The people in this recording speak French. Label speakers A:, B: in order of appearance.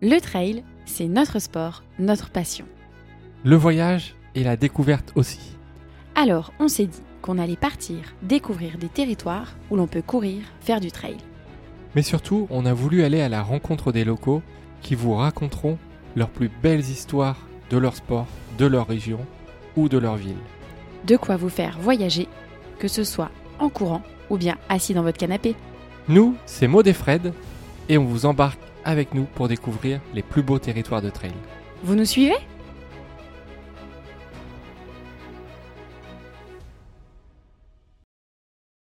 A: Le trail, c'est notre sport, notre passion.
B: Le voyage et la découverte aussi.
A: Alors, on s'est dit qu'on allait partir découvrir des territoires où l'on peut courir, faire du trail.
B: Mais surtout, on a voulu aller à la rencontre des locaux qui vous raconteront leurs plus belles histoires de leur sport, de leur région ou de leur ville.
A: De quoi vous faire voyager, que ce soit en courant ou bien assis dans votre canapé.
B: Nous, c'est Maud et Fred, et on vous embarque avec nous pour découvrir les plus beaux territoires de trail.
A: Vous nous suivez